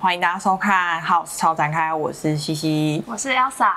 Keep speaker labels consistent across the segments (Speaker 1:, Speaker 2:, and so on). Speaker 1: 欢迎大家收看《House 超展开》，我是西西。
Speaker 2: 我是 Elsa，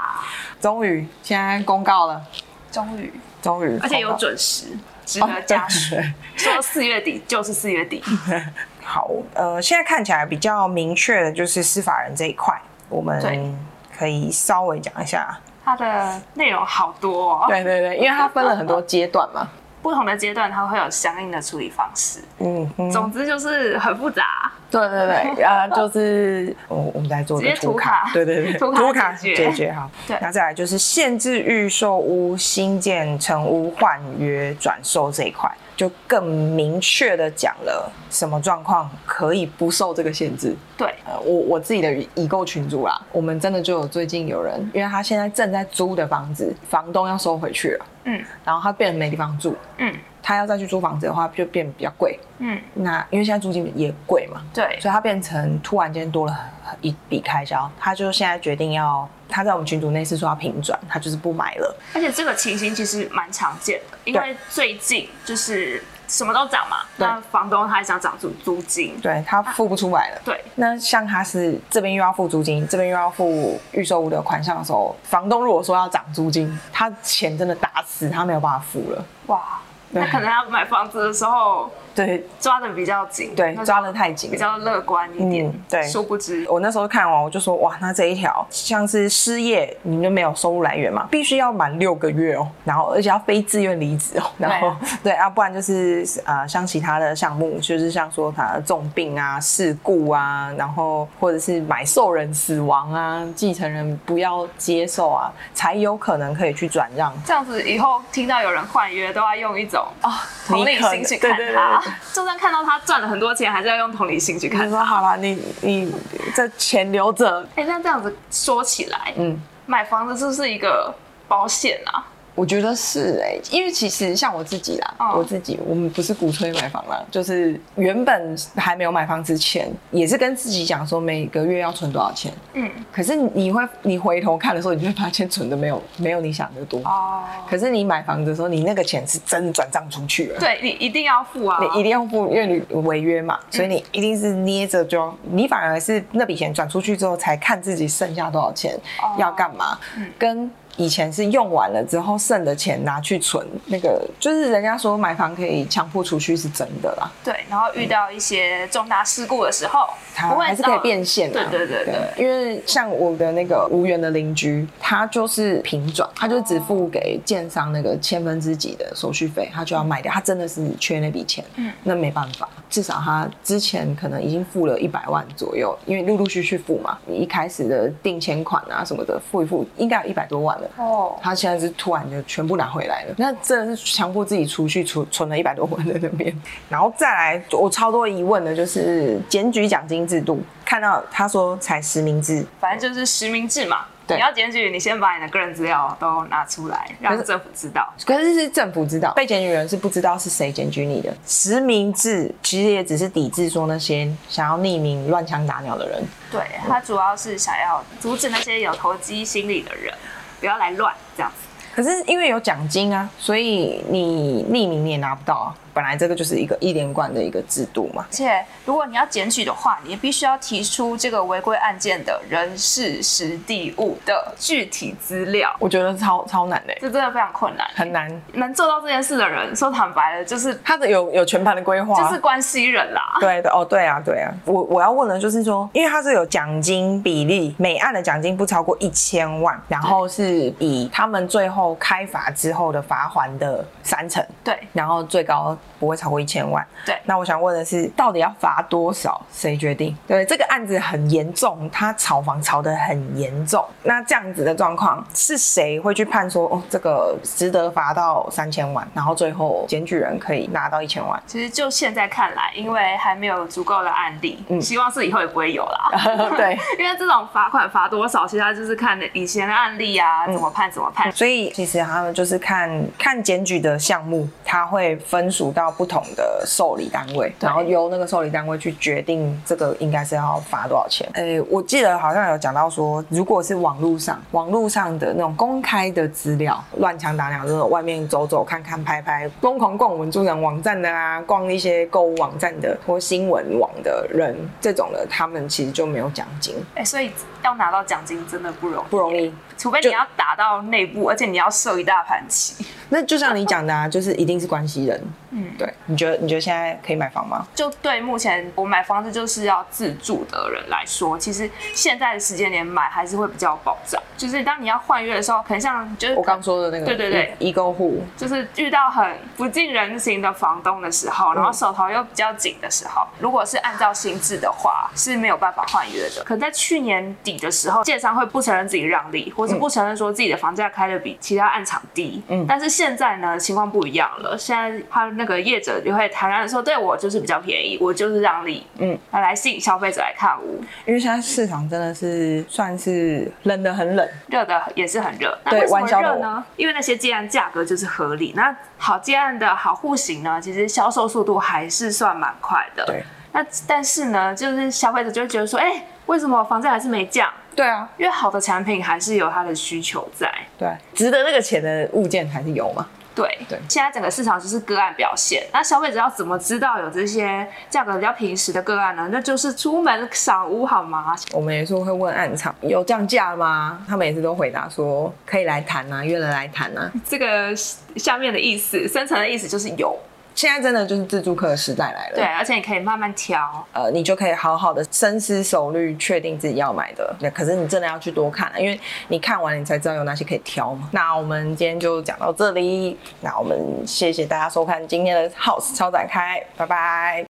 Speaker 1: 终于，现在公告了，
Speaker 2: 终于，
Speaker 1: 终于，
Speaker 2: 而且有准时，值得嘉许。
Speaker 1: 哦
Speaker 2: 说四月底就是四月底，
Speaker 1: 嗯好，呃，现在看起来比较明确的就是司法人这一块，我
Speaker 2: 对
Speaker 1: 们可以稍微讲一下。
Speaker 2: 它的内容好多哦，
Speaker 1: 对对对，因为它分了很多阶段嘛。
Speaker 2: 不同的阶段它会有相应的处理方式。
Speaker 1: 嗯哼，
Speaker 2: 总之就是很复杂，
Speaker 1: 对对 对，啊，就是我我们在做一个
Speaker 2: 直接
Speaker 1: 图
Speaker 2: 图卡
Speaker 1: 对对对，
Speaker 2: 图卡
Speaker 1: 解
Speaker 2: 解
Speaker 1: 决
Speaker 2: 决
Speaker 1: 好。
Speaker 2: 对
Speaker 1: 那再来就是限制预售屋、新建成屋、换约转售这一块，就更明确的讲了什么状况可以不受这个限制。
Speaker 2: 对，
Speaker 1: 呃，我我自己的已购群组啦，我们真的就有最近有人，因为他现在正在租的房子，房东要收回去了，
Speaker 2: 嗯
Speaker 1: 然后他变得没地方住，
Speaker 2: 嗯
Speaker 1: 他要再去租房子的话，就变比较贵。
Speaker 2: 嗯，
Speaker 1: 那因为现在租金也贵嘛，
Speaker 2: 对，
Speaker 1: 所以他变成突然间多了很一笔开销，他就现在决定要，他在我们群组内是说要平转，他就是不买了。
Speaker 2: 而且这个情形其实蛮常见的，因为最近就是什么都涨嘛，
Speaker 1: 对
Speaker 2: 那房东他也想涨租租金，
Speaker 1: 对他付不出来了。
Speaker 2: 对，
Speaker 1: 那像他是这边又要付租金，这边又要付预售屋的款项的时候，房东如果说要涨租金，他钱真的打死他没有办法付了。
Speaker 2: 哇，
Speaker 1: 对
Speaker 2: 那可能要买房子的时候
Speaker 1: 对
Speaker 2: 抓的比较紧，
Speaker 1: 对，
Speaker 2: 那时候
Speaker 1: 抓的太紧
Speaker 2: 比
Speaker 1: 了。
Speaker 2: 较乐观一点，
Speaker 1: 嗯对
Speaker 2: 殊不知
Speaker 1: 我那时候看完，我就说哇，那这一条像是失业，你就没有收入来源嘛，必须要满六个月哦，然后而且要非自愿离职哦，然后 对啊，不然就是呃，像其他的项目，就是像说他重病啊、事故啊，然后或者是买受人死亡啊、继承人不要接受啊，才有可能可以去转让。
Speaker 2: 这样子以后听到有人换约，都要用一种
Speaker 1: 哦，
Speaker 2: 同理心去看他，
Speaker 1: 对对对对
Speaker 2: 就算看到他赚了很多钱，还是要用同理心去
Speaker 1: 你
Speaker 2: 看
Speaker 1: 就
Speaker 2: 他。
Speaker 1: 说好了，你你这钱留着，
Speaker 2: 哎、那这样子说起来，
Speaker 1: 嗯，
Speaker 2: 买房子是不是一个保险啊？
Speaker 1: 我觉得是哎、因为其实像我自己啦，
Speaker 2: 哦
Speaker 1: 我自己我们不是鼓吹买房啦，就是原本还没有买房之前，也是跟自己讲说每个月要存多少钱。
Speaker 2: 嗯，
Speaker 1: 可是你会你回头看的时候，你就会发现存的没有没有你想的多。
Speaker 2: 哦，
Speaker 1: 可是你买房子的时候，你那个钱是真的转账出去了。
Speaker 2: 对你一定要付啊，
Speaker 1: 你一定要付，因为你违约嘛，所以你一定是捏着就要，你反而是那笔钱转出去之后，才看自己剩下多少钱，
Speaker 2: 哦
Speaker 1: 要干嘛，跟。以前是用完了之后剩的钱拿去存，那个就是人家说买房可以强迫储蓄是真的啦，
Speaker 2: 对，然后遇到一些重大事故的时候，
Speaker 1: 它
Speaker 2: 不会
Speaker 1: 还是可以
Speaker 2: 到
Speaker 1: 变现的、
Speaker 2: 对对对对，
Speaker 1: 因为像我的那个无缘的邻居，他就是平转，他就
Speaker 2: 哦
Speaker 1: 只付给建商那个千分之几的手续费，他就要卖掉，他真的是缺那笔钱，嗯
Speaker 2: 嗯，
Speaker 1: 那没办法，至少他之前可能已经付了一百万左右，因为陆陆续续付嘛，你一开始的定钱款啊什么的付一付，应该有一百多万了。
Speaker 2: 哦，
Speaker 1: 他现在是突然就全部拿回来了，那真的是强迫自己储蓄，储存了一百多万在那边，然后再来，我超多疑问的就是检举奖金制度，看到他说才实名制，
Speaker 2: 反正就是实名制嘛。
Speaker 1: 对
Speaker 2: 你要检举，你先把你的个人资料都拿出来，让政府知道。
Speaker 1: 可是是政府知道，被检举人是不知道是谁检举你的。实名制其实也只是抵制说那些想要匿名乱枪打鸟的人。
Speaker 2: 对，他主要是想要阻止那些有投机心理的人不要来乱这样子。
Speaker 1: 可是因为有奖金啊，所以你匿名你也拿不到啊。本来这个就是一个一连贯的一个制度嘛。
Speaker 2: 而且，如果你要检举的话，你必须要提出这个违规案件的人事、实地、物的具体资料，
Speaker 1: 我觉得超超难的、欸
Speaker 2: 这真的非常困难。
Speaker 1: 很难。
Speaker 2: 能做到这件事的人，说坦白了，就是
Speaker 1: 他的有有全盘的规划，啊
Speaker 2: 就是关系人啦。
Speaker 1: 对的哦，对啊，对啊，我我要问的就是说，因为它是有奖金比例，每案的奖金不超过一千万，然后是以他们最后开罚之后的罚还的三成，
Speaker 2: 对
Speaker 1: 然后最高不会超过一千万。
Speaker 2: 对，
Speaker 1: 那我想问的是，到底要罚多少？谁决定？对，这个案子很严重，他炒房炒得很严重。那这样子的状况，是谁会去判说，哦，这个值得罚到三千万，然后最后检举人可以拿到一千万？
Speaker 2: 其实就现在看来，因为还没有足够的案例，希望是以后也不会有啦。
Speaker 1: 对。
Speaker 2: 因为这种罚款罚多少，其实他就是看以前的案例啊，怎么判怎么判。
Speaker 1: 所以其实他们就是看看检举的项目，它会分属到不同的受理单位，
Speaker 2: 对
Speaker 1: 然后由那个受理单位去决定这个应该是要罚多少钱。诶，我记得好像有讲到说，如果是网络上网络上的那种公开的资料，乱枪打鸟，就是外面走走看看拍拍，疯狂逛文助人网站的啊，逛一些购物网站的或新闻网的人，这种的他们其实就没有奖金，
Speaker 2: 哎、所以要拿到奖金真的不容易，
Speaker 1: 不容易。
Speaker 2: 除非
Speaker 1: 就
Speaker 2: 你要打到内部，而且你要设一大盘棋。
Speaker 1: 那就像你讲的啊，就是一定是关系人。
Speaker 2: 嗯，
Speaker 1: 对，你觉得你觉得现在可以买房吗？
Speaker 2: 就对目前我买房子就是要自住的人来说，其实现在的时间点买还是会比较有保障。就是当你要换约的时候，可能像就是
Speaker 1: 我刚说的那个，
Speaker 2: 对对对，
Speaker 1: 易购户，
Speaker 2: 就是遇到很不近人情的房东的时
Speaker 1: 嗯
Speaker 2: 候，然后手头又比较紧的时候，如果是按照新制的话，是没有办法换约的。可在去年底的时候，建商会不承认自己让利，或是不承认说自己的房价开的比其他案场低。
Speaker 1: 嗯
Speaker 2: 但是现在呢，情况不一样了，现在他那个业者就会坦然的说，对我就是比较便宜，我就是让利，
Speaker 1: 嗯，
Speaker 2: 来吸引消费者来看屋，
Speaker 1: 因为现在市场真的是算是冷的很冷，
Speaker 2: 热的也是很热。那
Speaker 1: 对
Speaker 2: 为什么
Speaker 1: 玩笑的
Speaker 2: 热呢？因为那些接案价格就是合理。那好接案的好户型呢，其实销售速度还是算蛮快的。
Speaker 1: 对。
Speaker 2: 那但是呢，就是消费者就会觉得说，哎、为什么房价还是没降？
Speaker 1: 对啊，
Speaker 2: 因为好的产品还是有它的需求在。
Speaker 1: 对，啊值得那个钱的物件还是有嘛，
Speaker 2: 对
Speaker 1: 对
Speaker 2: 现在整个市场就是个案表现。那消费者要怎么知道有这些价格比较平实的个案呢？那就是出门赏屋好吗？
Speaker 1: 我们也是会问暗场有降价吗？他们也是都回答说可以来谈啊，约了来谈啊。
Speaker 2: 这个下面的意思，深层的意思就是有。
Speaker 1: 现在真的就是自助客的时代来了，
Speaker 2: 对，，而且你可以慢慢调，
Speaker 1: 呃，你就可以好好的深思熟虑，确定自己要买的。那可是你真的要去多看、啊，因为你看完你才知道有哪些可以挑嘛。那我们今天就讲到这里，那我们谢谢大家收看今天的 House 超展开，拜拜。